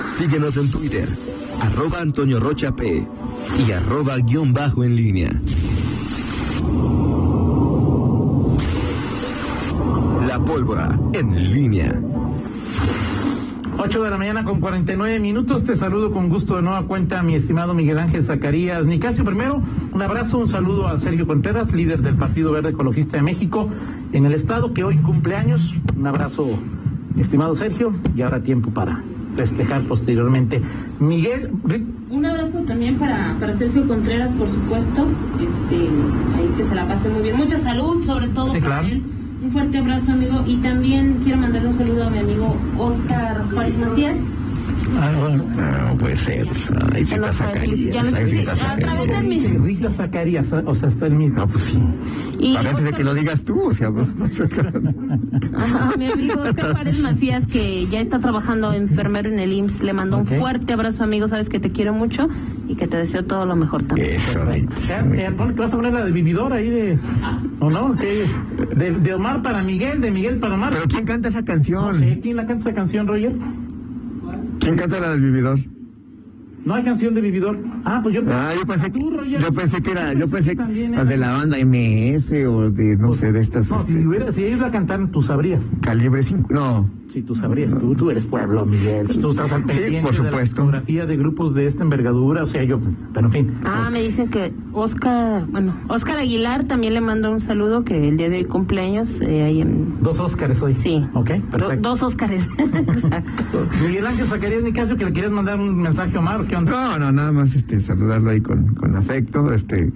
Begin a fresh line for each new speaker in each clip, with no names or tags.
Síguenos en Twitter, arroba Antonio Rocha P y arroba guión bajo en línea. La pólvora en línea.
8 de la mañana con 49 minutos. Te saludo con gusto de nueva cuenta a mi estimado Miguel Ángel Zacarías Nicasio. Primero, un abrazo, un saludo a Sergio Contreras, líder del Partido Verde Ecologista de México en el Estado, que hoy cumple años. Un abrazo, estimado Sergio, y ahora tiempo para festejar posteriormente. Miguel.
Un abrazo también para, para Sergio Contreras, por supuesto. Este, ahí que se la pase muy bien. Mucha salud, sobre todo
Sí,
para
claro.
él. Un fuerte abrazo, amigo. Y también quiero mandarle un saludo a mi amigo Oscar Juárez Macías.
Ah, bueno.
No puede ser. Ahí te
Ya
está
lo sabes, ya
Zacarías.
lo
Ahí
sé,
sí está
sí, a través de
Zacarías.
mi-
Dice Rita Zacarías, ah, o sea, está el mismo.
Ah,
No, pues sí.
Y
Ahora, antes de que lo digas tú, o sea, pues.
Ajá, mi amigo Oscar Juárez Macías, que ya está trabajando enfermero en el IMSS, le mando
Ok.
un fuerte abrazo, amigo. Sabes que te quiero mucho y que te deseo todo lo mejor también.
eso,
Ya, ya, pon- ¿Vas a poner la de vividor ahí de.? ¿O no? ¿Qué? De, de Omar para Miguel, de Miguel para Omar.
Pero ¿quién canta esa
No sé,
canción?
¿quién la canta esa canción, Roger?
¿Quién canta la del vividor?
No hay canción de vividor. Ah, pues yo.
Ah, yo pensé que,
Tú, Roger.
yo pensé que era, yo pensé que
también Pues,
la de la banda MS o de, no sé, de estas,
No, si,
este,
hubiera, si ellos la cantaran, tú sabrías.
calibre 5, no.
Sí, tú sabrías. Tú, tú eres pueblo, Miguel. Tú estás al
Sí,
pendiente
por
de la
supuesto.
fotografía de grupos de esta envergadura. O sea, yo. Pero en fin.
Ah, me dicen que Oscar, bueno, Oscar Aguilar también le mando un saludo, que el día de hoy cumpleaños, eh, ahí en...
Dos Óscares hoy.
Sí.
Ok,
Do-
perfecto.
dos Óscares. Exacto.
Miguel Ángel Zacarías Nicasio, que le querías mandar un mensaje a Omar. ¿Qué onda?
No, no, nada más este saludarlo ahí con, con afecto, este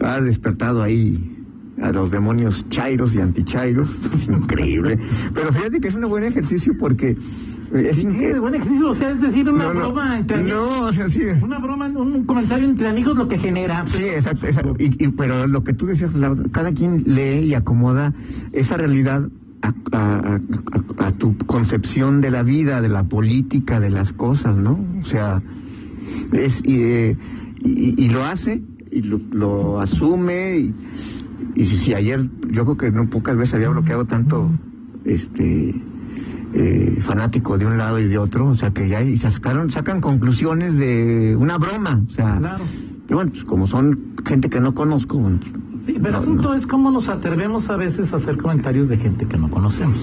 ha despertado ahí a los demonios chairos y antichairos, es increíble. Pero fíjate que es un buen ejercicio porque eh, es
Sí,
increíble.
buen ejercicio, o sea, es decir, una broma entre amigos.
no, o sea, sí.
Una broma, un comentario entre amigos lo que genera.
Sí, exacto, exacto. Y, y- pero lo que tú decías, la- cada quien lee y acomoda esa realidad a, a- a- a- a tu concepción de la vida, de la política, de las cosas, ¿no? O sea, es, y, eh, y- y lo hace, y lo, lo asume, y, y si, si ayer yo creo que no pocas veces había bloqueado tanto, este eh, fanático de un lado y de otro, o sea que ya y sacaron, sacan conclusiones de una broma, o sea,
Claro.
pero bueno, pues como son gente que no conozco, bueno,
Sí, pero el
No,
asunto
no.
es cómo nos atrevemos a veces a hacer comentarios de gente que no conocemos.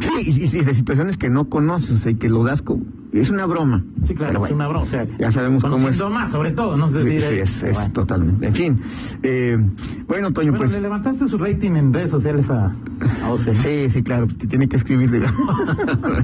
sí, y, y- y de situaciones que no conoces, o sea, y que lo das como, es una broma.
Sí, claro,
Pero
es
bueno,
una broma. O sea,
ya sabemos cómo
conociendo
es.
más, sobre todo, no sé
Sí,
decir,
sí,
eh,
es, es
bueno.
totalmente. En fin, eh, bueno, Toño,
Bueno,
pues...
le levantaste su rating en redes sociales a, a Ose, ¿no?
Sí, sí, claro, te tiene que escribir de No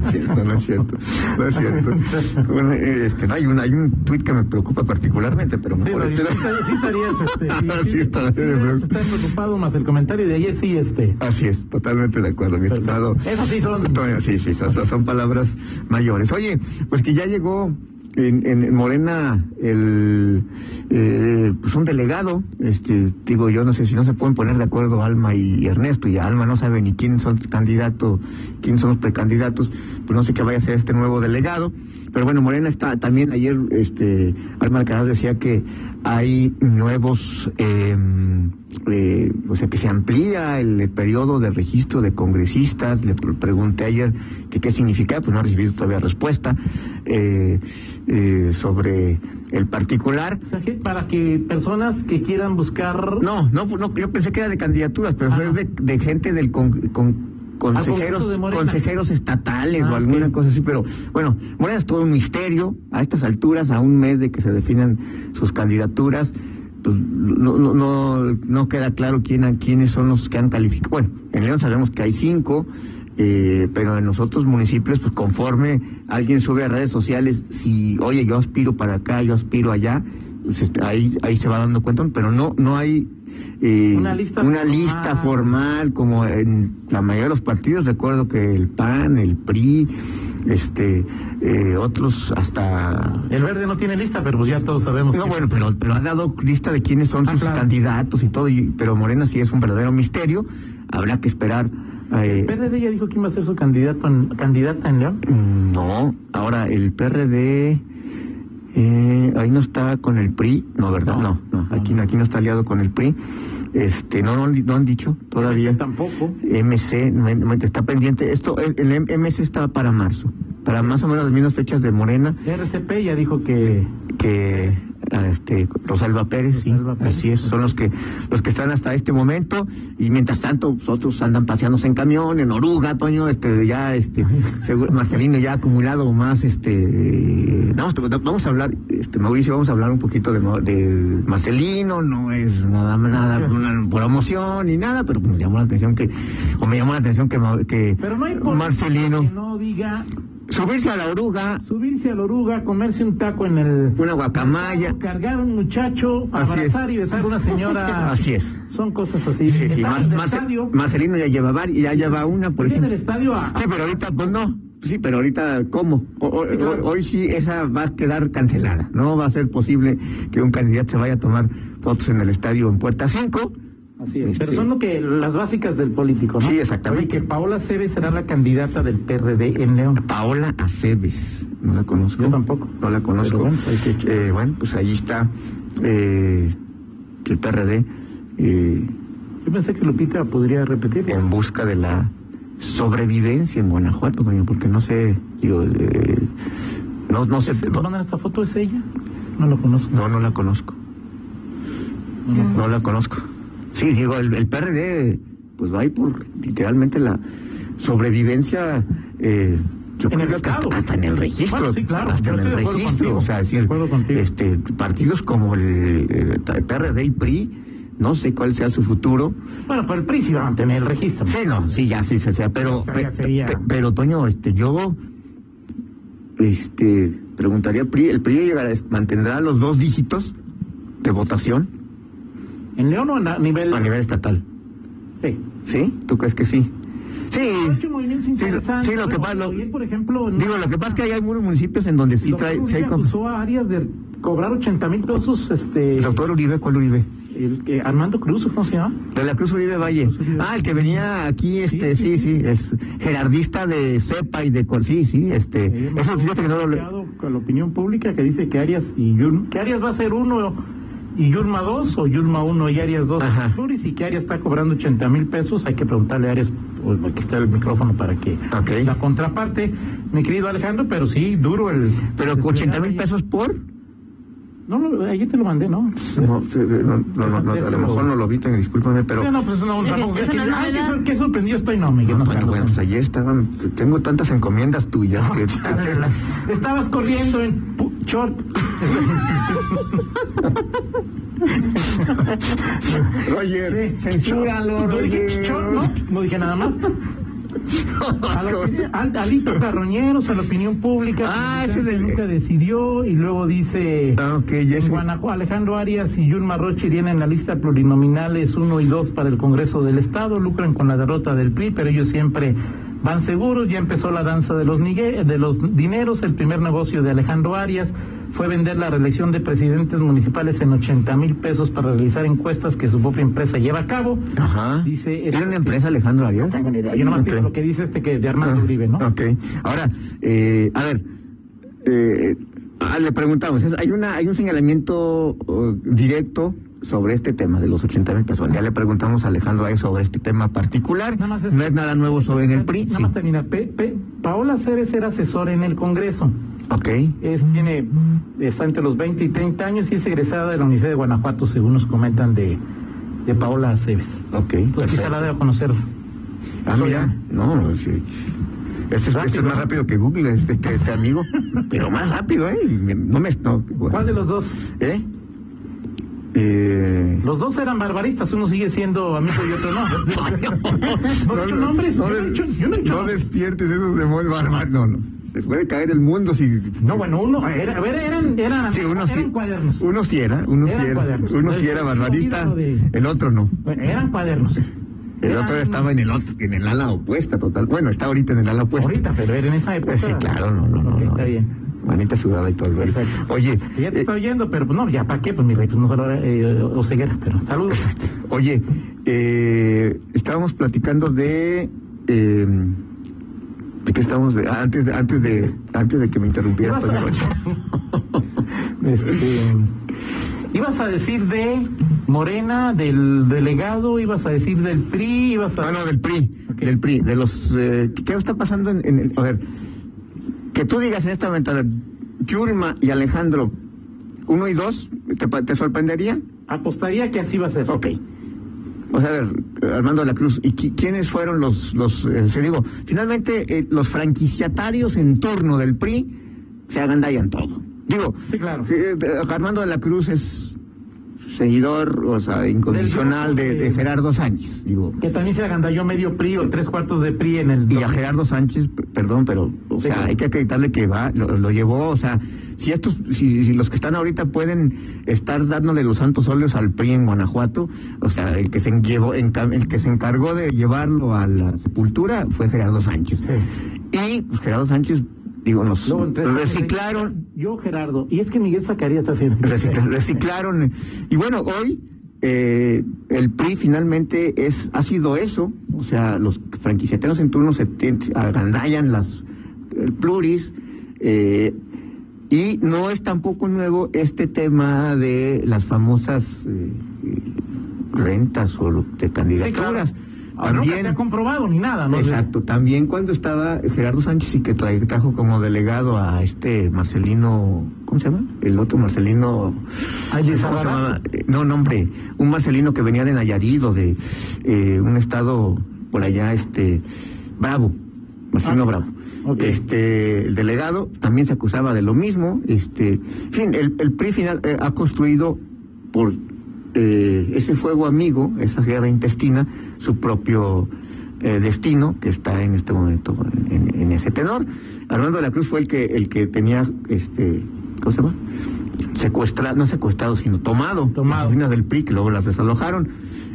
es cierto, no es cierto. No es cierto. Bueno, eh, este, no, hay, un, hay un tuit que me preocupa particularmente, pero
Sí,
mejor
Roger,
este-
sí, estarías- sí estarías, este, sí,
Sí,
sí,
está-
sí debes estar preocupado más el comentario de ayer, sí, este.
Así es, totalmente de acuerdo, mi estimado.
Eso sí son.
Antonio, sí, sí, son, son- son palabras mayores. Oye, pues que ya llegó en, en- en Morena el eh, pues un delegado, este, digo yo no sé si no se pueden poner de acuerdo Alma y Ernesto, y Alma no sabe ni quién son candidato, quién son los precandidatos, pues no sé qué vaya a ser este nuevo delegado. Pero bueno, Morena está también ayer este Alma Alcaraz decía que hay nuevos em, eh, o sea, que se amplía el, eh, periodo de registro de congresistas. Le pre- pregunté ayer que qué significaba, pues no he recibido todavía respuesta eh, eh, sobre el particular.
O sea, que para que personas que quieran buscar
No, no, pues, no, yo pensé que era de candidaturas, pero
Ah,
es de, de gente del con, con-
Congreso
consejeros,
de Morena.
consejeros estatales
Ah,
o alguna
ok.
cosa así, pero bueno, Morena es todo un misterio a estas alturas, a un mes de que se definan sus candidaturas, pues, no, no, no, no queda claro quién, a- quiénes son los que han calificado. Bueno, en León sabemos que hay cinco, eh, pero en los otros municipios, pues conforme alguien sube a redes sociales, si, oye, yo aspiro para acá, yo aspiro allá, pues, este, ahí, ahí se va dando cuenta, pero no, no hay... eh,
Una lista
una
formal.
lista formal como en la mayoría de los partidos recuerdo que el PAN el PRI este eh, otros hasta
El verde no tiene lista, pero pues ya todos sabemos.
no
que-
bueno pero pero ha dado lista de quiénes son
Ah,
sus
claro.
candidatos y todo y- pero Morena sí es un verdadero misterio habrá que esperar eh,
El PRD ya dijo quién va a ser su candidato en- candidata en León.
no ahora el PRD eh, ahí no está con el PRI no verdad no no aquí no aquí no está aliado con el PRI este no no, han di- no han dicho todavía
Tampoco.
MC no, no, está pendiente. Esto, el, el M- MC está para marzo. para más o menos las mismas fechas de Morena,
RCP ya dijo que
que ah, este, Rosalba Pérez, sí,
Rosalba Pérez.
así es, son los que los que están hasta este momento y mientras tanto pues, otros andan paseándose en camión, en oruga, Toño, este ya este seguro Marcelino ya ha acumulado más este eh, vamos, vamos a hablar este Mauricio vamos a hablar un poquito de, Mau- de Marcelino, no es nada nada una promoción ni nada, pero me llamó la atención que o me llamó la atención que, Mau- que
pero no hay por- que
Marcelino
no diga
subirse a la oruga,
subirse a la oruga, comerse un taco en el
una guacamaya,
cargar a un muchacho,
Así
abrazar
es.
y besar a una señora.
así es.
Son cosas así.
Sí, sí,
Estás
Mar-
en el
Marce-
estadio,
Marcelino ya lleva var- ya lleva una, por
viene del
ejemplo.
estadio a
Sí, pero ahorita, pues no. Sí, pero ahorita, ¿cómo? O- o-
Sí, claro.
o- Hoy sí, esa va a quedar cancelada. No va a ser posible que un candidato se vaya a tomar fotos en el estadio en Puerta 5.
Así es,
Este-
pero son lo que, las básicas del político, ¿no?
Sí, exactamente.
Oye, que Paola Cebes será la candidata del PRD en León.
Paola Aceves. No la conozco.
Yo tampoco.
No la conozco.
Pero bueno, hay que checar.
Eh, bueno, pues ahí está eh, el PRD eh,
Yo pensé que Lupita podría repetir.
en busca de la sobrevivencia en Guanajuato, coño, porque no sé, digo, eh, no, no sé.
¿Nos mandan esta foto? ¿Es ella? No lo conozco.
No, no la conozco. No la conozco. Sí, digo, el, el PRD, pues va a ir por literalmente la sobrevivencia. eh, yo
En el
creo que hasta,
Estado.
hasta en el registro.
Bueno, sí, claro,
Hasta
yo
en el
estoy de acuerdo
registro.
contigo,
o sea, es
de
decir,
acuerdo contigo.
este, partidos como el, eh, PRD y PRI, no sé cuál sea su futuro.
Bueno, pero el PRI sí va a mantener el registro.
Sí, no, sí, ya sí, se sea, pero,
O sea,
pe-
ya sería-
pe- pero Toño, este, yo, este, preguntaría, al PRI, ¿el PRI llegará- mantendrá los dos dígitos de votación
¿En León o en a nivel...?
a nivel estatal?
Sí.
¿Sí? ¿Tú crees que sí? Sí.
Ha hecho movimientos
Sí, lo-
interesantes.
sí, lo que
Bueno,
pasa, lo-
ayer, por ejemplo... en-
Digo, lo que pasa es que hay algunos municipios en donde
el
sí
doctor
trae, sí
Uribe
hay como-
acusó a Arias de cobrar 80 mil pesos, este...
Doctor Uribe, ¿cuál Uribe?
El, que Armando Cruz, ¿cómo se llama?
De la Cruz Uribe Valle.
Cruz Uribe.
Ah, el que venía aquí, este, sí,
sí,
sí, es gerardista de CEPA y de Cor, sí, sí, este,
Ayer me
eso
fue
fíjate que no lo...
bloqueado con la opinión pública que dice que Arias y Yul- que Arias va a ser uno y Yulma dos o Yulma uno y Arias dos
Ajá.
Flores y que Arias está cobrando 80 mil pesos hay que preguntarle a Arias pues, aquí está el micrófono para que
Ok.
la contraparte mi querido Alejandro pero sí duro el
Pero con 80 mil pesos por...
no lo- ayer te lo mandé no
No, sí, no, no, no, no, a lo mejor no lo vi, ten- discúlpame, pero...
no, no, pues no, tampoco.
Esa
que-
no es
ay, qué
novedad.
sor- qué sorprendido estoy, no, Miguel. no,
bueno,
no,
bueno,
no.
pues ayer estaban... Tengo tantas encomiendas tuyas que...
Estabas corriendo en pu- short.
Roger,
Yo dije, "Chor", no, no dije nada más. A la opinión- al, al Hito Carroñeros, a la opinión pública.
Ah, ese
que
es el-
Nunca decidió y luego dice...
Ah, ok, ya
en
sé.
Guanajuato, Alejandro Arias y Yulma Roche irían en la lista plurinominales 1 y 2 para el Congreso del Estado, lucran con la derrota del PRI, pero ellos siempre van seguros, ya empezó la danza de los, nigue- de los dineros, el primer negocio de Alejandro Arias fue vender la reelección de presidentes municipales en 80 mil pesos para realizar encuestas que su propia empresa lleva a cabo.
Ajá.
Dice,
¿Era
este-
una empresa, Alejandro Arias?
No tengo ni idea, yo nomás digo
Ok. Ah,
lo que dice este que de Armando Uribe, ¿no?
Ok. Ahora, eh, a ver, eh, ah, le preguntamos, es- hay una hay un señalamiento eh, directo sobre este tema de los 80 mil personas. Ya le preguntamos a Alejandro Arias sobre este tema particular.
Nada más es-
no es nada nuevo sobre en el PRI.
Nada
sí.
más termina. Pe- Pe- Paola Ceres era asesora en el Congreso.
Ok.
Es, tiene, está entre los 20 y 30 años y es egresada de la Universidad de Guanajuato, según nos comentan de, de Paola Aceves.
Ok.
Entonces Pues quizá la deba conocer.
Ah, mira. No, sí. Este es, este es más rápido que Google, este, este- este amigo. Pero más rápido, ¿eh? No me. No, bueno.
¿Cuál de los dos?
¿Eh? Eh.
Los dos eran barbaristas, uno sigue siendo amigo y otro no. no, he dicho nombres,
no
yo no he
des-
dicho- yo no he dicho
no
nombres.
despiertes esos demonios barbaros. No, no. Se puede caer el mundo si. si-
No, bueno, uno, era, a ver, eran, eran,
sí, uno sí.
eran cuadernos.
Uno sí era, uno sí
Eran
era.
cuadernos.
Uno sí
Pero
era
yo
barbarista,
digo de-
el otro no.
Bueno, eran cuadernos.
El
Eran-
otro estaba en el otro, en el ala opuesta total. Bueno, está ahorita en el ala opuesta.
Ahorita, pero era en esa época.
Pues sí, claro, no, no, no.
Ok,
no.
Está bien.
Manita sudada y todo el rollo.
Perfecto.
Oye,
Ya te
eh,
está oyendo, pero pues, no, ya para qué, pues mi rey, pues mejor ahora, eh, o ceguera, pero saludos.
Oye, eh, estábamos platicando de eh, de que estábamos de- ah, antes de antes de antes de que me interrumpiera
Ibas a-
Toño Rocha.
Este, ibas a decir de Morena, del delegado, ibas a decir del PRI, ibas a...
Ah, no, del PRI,
Ok.
del PRI, de los eh, ¿qué está pasando en, en el- a ver? Que que tú digas en esta ventana, Yurima y Alejandro, uno y dos, ¿te, pa- te sorprendería?
Apostaría que así va a ser.
Ok. O sea, a ver, Armando de la Cruz, ¿y qui- quiénes fueron los, los eh, se digo, finalmente eh, los franquiciatarios en torno del PRI se agandallan todo? Digo,
Sí, claro.
eh, eh, Armando de la Cruz es seguidor, o sea, incondicional de, de Gerardo Sánchez, digo.
Que también se agandalló medio PRI o tres cuartos de PRI en el...
Y a Gerardo Sánchez, p- perdón, pero, o
Sí,
sea,
claro.
hay que acreditarle que va, lo, lo llevó, o sea, si estos, si, si los que están ahorita pueden estar dándole los santos óleos al PRI en Guanajuato, o sea, el que se llevó, enca- el que se encargó de llevarlo a la sepultura fue Gerardo Sánchez. Y pues, Gerardo Sánchez, digo, nos
Luego en tres años-
reciclaron,
Yo, Gerardo. Y es que Miguel Zacarías está haciendo...
recicla- reciclaron, y bueno, hoy eh, el PRI finalmente es, ha sido eso, o sea, los franquiciateros en turno se tien- agandallan las el pluris, eh, y no es tampoco nuevo este tema de las famosas eh, eh, rentas o lo- de
Sí, claro.
candidaturas.
Ahora, nunca se ha comprobado ni nada, ¿no?
Exacto, también cuando estaba Gerardo Sánchez y que tra- trajo como delegado a este Marcelino, ¿cómo se llama? El otro Marcelino...
Ay, ¿de
¿cómo se
Sabadazo?
llamaba? Eh, No, no, hombre, un Marcelino que venía de Nayarit o de eh, un estado por allá, este, Bravo, Marcelino
Ah,
Bravo.
ok.
Este, el delegado también se acusaba de lo mismo, este, en fin, el, el PRI final eh, ha construido por eh, ese fuego amigo, esa guerra intestina, su propio eh, destino que está en este momento en, en- en ese tenor. Armando de la Cruz fue el que el que tenía este ¿cómo se llama? secuestrado, no secuestrado, sino tomado,
Tomado.
las oficinas del PRI que luego las desalojaron.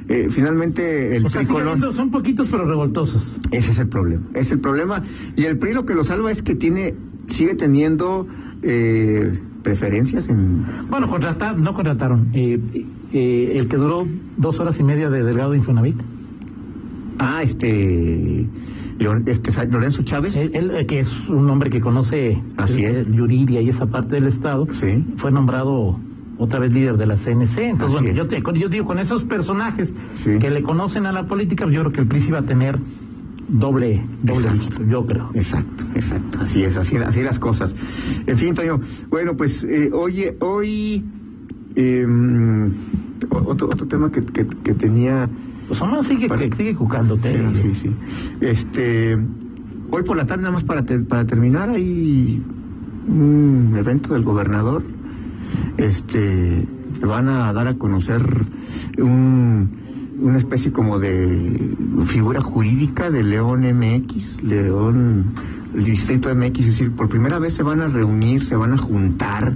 Eh, finalmente el
O sea, sigue
tricolor
habiendo- son poquitos pero revoltosos.
ese es el problema. Es el problema. Y el PRI lo que lo salva es que tiene, sigue teniendo eh, preferencias en.
Bueno, contratar, no contrataron. Eh, eh, el que duró dos horas y media de Delgado de Infonavit.
Ah, este. León- este Sa- Lorenzo Chávez.
Él, él, eh, que es un hombre que conoce
Así
eh,
es.
Yuriria y esa parte del Estado,
Sí.
fue nombrado otra vez líder de la CNC. Entonces,
Así
bueno,
es.
yo, te- con- yo digo, con esos personajes
Sí.
que le conocen a la política, yo creo que el PRI sí va a tener doble, doble
Exacto. Eh,
dígito, yo creo.
Exacto, exacto. Así es, así, así las cosas. En fin, Toño. Bueno, pues eh, oye, hoy. eh, otro, otro tema que, que- que tenía.
Pues Omar sigue,
Bueno.
que, sigue cucándote.
Sí, sí, sí. Este, hoy por la tarde, nada más para, ter- para terminar, hay un evento del gobernador. Este, que van a dar a conocer un, una especie como de figura jurídica de León MX, León, el Distrito MX. Es decir, por primera vez se van a reunir, se van a juntar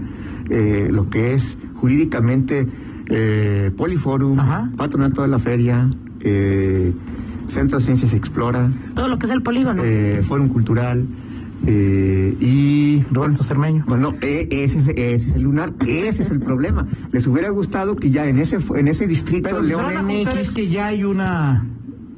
eh, lo que es jurídicamente eh, Poliforum,
Ajá.
Patronato de la Feria, eh, Centro de Ciencias Explora,
Todo lo que es el polígono.
eh, Fórum Cultural eh, y...
Roberto Cermeño.
Bueno, e- ese es, ese es el lunar, ese es el problema. Les hubiera gustado que ya en ese fu- en ese distrito
Pero si se van a
León
juntar es
MX...
que ya hay una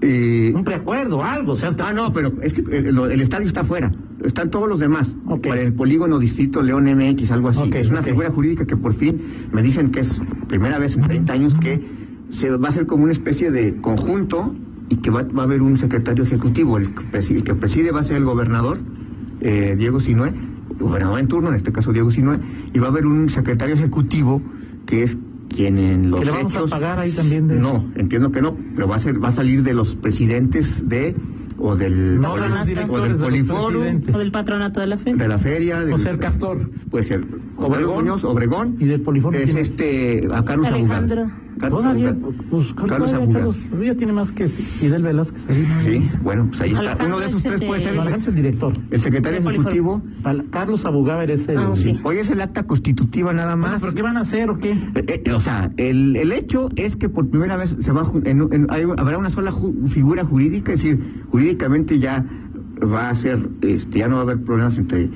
eh,
un preacuerdo, algo. O sea,
ah, no, pero es que eh, lo- el estadio está afuera. Están todos los demás.
Ok.
Para el polígono distrito León MX, algo así.
Ok,
es una
ok.
figura jurídica que por fin me dicen que es primera vez en 30 años que se va a hacer como una especie de conjunto y que va, va a haber un secretario ejecutivo. El que preside, el que preside va a ser el gobernador, eh, Diego Sinue, gobernador en turno, en este caso Diego Sinue, y va a haber un secretario ejecutivo que es quien en los
que le vamos a
hechos
pagar ahí también. De...
no, entiendo que no, pero va a ser, va a salir de los presidentes de o del
No,
o
de
del-
los
o del
directores, de los
poliforum,
presidentes.
O del patronato de la fe.
de la feria, del,
O sea, el castor.
puede ser
Obregón.
Obregón, Muñoz, Obregón
Y del Poliforum,
es
¿quién es?
este a Carlos Aguilar.
Alejandro.
Carlos
Todavía,
Aguilar.
pues,
Carlos
todavía
Aguilar.
Carlos Rubio tiene más que Fidel Velázquez. ahí, ¿no?
Sí, bueno, pues ahí está.
Alejandro
Uno de esos
es el
tres puede
de-
ser
Alejandro es el
el,
director.
el secretario
El Poliforum.
ejecutivo.
Al- Carlos Abugaber es el.
Ah, sí.
Hoy es el acta constitutiva nada
Bueno,
más.
¿Pero qué van a hacer o qué?
Eh, eh, o sea, el, el hecho es que por primera vez se va a jun- en- en- hay- habrá una sola ju- figura jurídica, es decir, jurídicamente ya va a ser, este, ya no va a haber problemas entre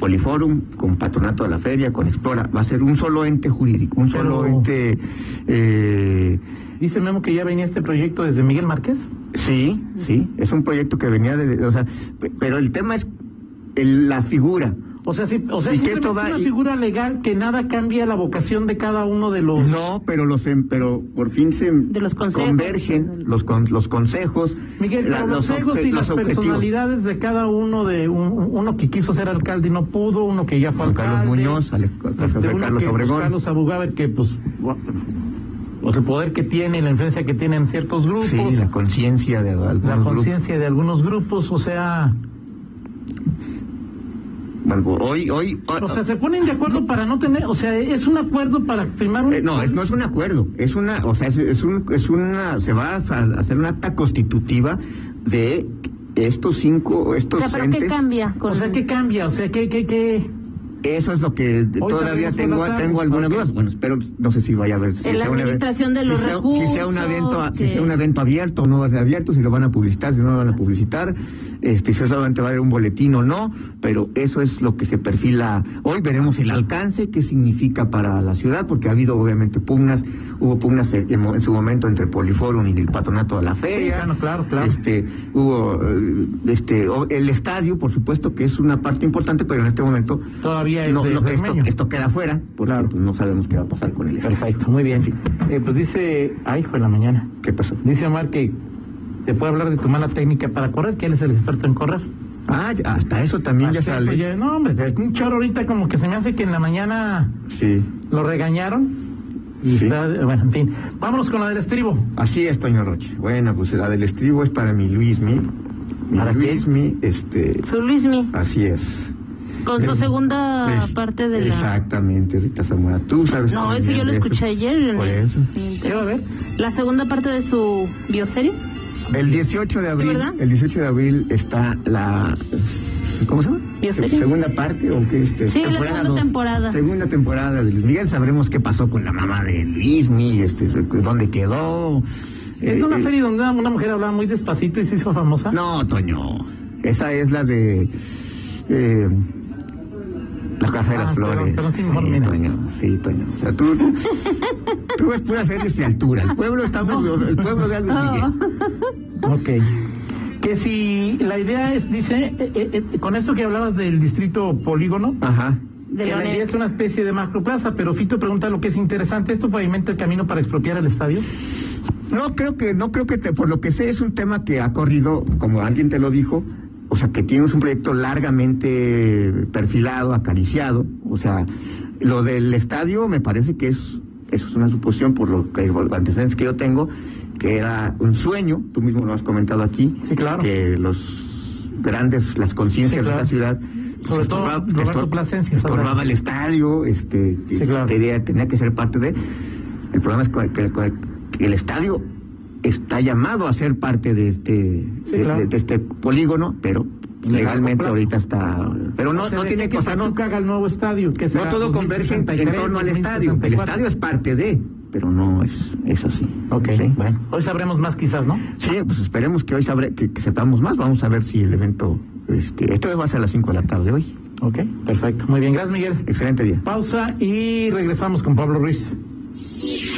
Poliforum, con Patronato de la Feria, con Explora, va a ser un solo ente jurídico, un solo
Pero-
ente, eh,
Dice Memo que ya venía este proyecto desde Miguel Márquez.
sí, sí, es un proyecto que venía de, o sea, pe- pero el tema es el- la figura,
O sea, si, o sea
Y que
simplemente
esto va-
es una
y-
figura legal que nada cambia la vocación de cada uno de los...
Pues No, pero los em- pero por fin se
De los consejos.
convergen los con- los consejos,
Miguel,
la-
pero los egos
obje-
y las
los objetivos.
personalidades de cada uno, de un- uno que quiso ser alcalde y no pudo, uno que ya fue
Juan Carlos
alcalde.
Muñoz, Ale- José
este, uno
Carlos
que, pues,
Obregón.
Carlos Abugaber, que pues, bueno, pues, el poder que tiene, y la influencia que tiene en ciertos grupos,
Sí, la
la,
conciencia de algunos grupos.
conciencia de algunos grupos, o sea,
Bueno, hoy, hoy, ah, hoy-
o sea, se ponen de acuerdo para no tener, o sea, es un acuerdo para firmar un...
eh, no, es, no es un acuerdo, es una, o sea, es, es un, es una, se va a sa- a hacer un acta constitutiva de estos cinco,
O
estos
sea, ¿pero qué
entes.
cambia? con-
o sea, ¿qué cambia? O sea, ¿qué, qué, qué?
Eso es lo que
salimos
todavía
por
tengo,
la tarde.
tengo algunas dudas. Bueno, espero, no sé si vaya a haber. Si
En la
un eve-
administración de
si
los
sea- Si sea un
recursos,
evento, a-
que-
si sea un evento abierto o no va a ser abierto, si lo van a publicitar, si no lo van a publicitar, este, si solamente va a haber un boletín o no, pero eso es lo que se perfila hoy. Veremos el alcance, qué significa para la ciudad, porque ha habido obviamente pugnas, hubo pugnas en, en su momento entre Poliforum y el patronato de la feria.
claro, claro, claro.
Este, hubo, eh, este, o- el estadio, por supuesto, que es una parte importante, pero en este momento
Todavía es
no,
de
no, que esto,
Cermeño.
esto queda fuera, porque
Claro.
pues, no sabemos qué va a pasar con el estadio.
Perfecto, muy bien. Eh, pues dice, ay, fue la mañana.
¿Qué pasó?
Dice Omar que te puede hablar de tu mala técnica para correr, que él es el experto en correr.
Ah, ya- hasta eso también ya
Hasta eso
sale.
ya- no, hombre, es un chorro ahorita como que se me hace que en la mañana
Sí.
lo regañaron. Y
Sí.
está- bueno, en fin. Vámonos con la del estribo.
Así es, Toño Roche. Bueno, pues la del estribo es para mi Luismi. Mi
¿Para qué?
Luismi, este,
Su Luismi,
así es.
con su
Eh,
segunda
es-
parte de la...
Exactamente, Rita Zamora. Tú sabes.
No,
muy
eso
bien
yo lo
de
escuché ayer. en
Por
el-
eso.
¿Qué va a ver?
La segunda parte de su bioserie.
El 18 de abril,
¿verdad?
el 18 de abril está la ¿cómo se llama?
Bioserie.
Segunda parte o qué este
Sí, la segunda
dos.
temporada.
Segunda temporada de Luis Miguel, sabremos qué pasó con la mamá de Luis, mi, este dónde quedó.
Es
Eh,
una
eh,
serie donde una- una mujer hablaba muy despacito y se hizo famosa.
No, Toño. Esa es la de eh, La Casa de
Ah,
las
pero-
Flores.
pero sí, mejor
sí,
mira.
Toño, sí, Toño. O sea, tú, tú ves puras series de altura. El pueblo estamos, el pueblo de Luis Miguel.
Ok. Que si la idea es, dice, eh, eh, eh, con esto que hablabas del distrito polígono,
Ajá.
De
que la
Leonel.
idea es una especie de macroplaza, pero Fito pregunta lo que es interesante, ¿esto pavimenta el camino para expropiar el estadio?
No creo que, no creo que te, por lo que sé es un tema que ha corrido, como alguien te lo dijo, o sea que tienes un proyecto largamente perfilado, acariciado, o sea, lo del estadio me parece que es, eso es una suposición por lo que por los antecedentes que yo tengo, que era un sueño, tú mismo lo has comentado aquí,
Sí, claro.
que los grandes, las conciencias
Sí, claro.
de esta ciudad
Sobre todo Roberto Plasencia, ¿sabes?
estorbaba el estadio, este,
Sí, claro.
tenía, tenía que ser parte de. El problema es que, que- que- que el estadio está llamado a ser parte de este, de,
claro.
de- de este polígono, pero legalmente
plazo.
ahorita está. Pero no,
O sea,
no
de
tiene
que
que, o sea, no,
Pachuca haga el nuevo estadio, que
no
será
todo converge en
2063,
torno al estadio. El
2064.
estadio es parte de, pero no es, es así.
Ok,
¿Sí?
bueno. Hoy sabremos más quizás, ¿no?
Sí, pues esperemos que hoy sabre, que, que sepamos más. Vamos a ver si el evento. Este, esto va a ser a las 5 de la tarde hoy.
Ok, perfecto. Muy bien, gracias Miguel.
Excelente día.
Pausa y regresamos con Pablo Ruiz.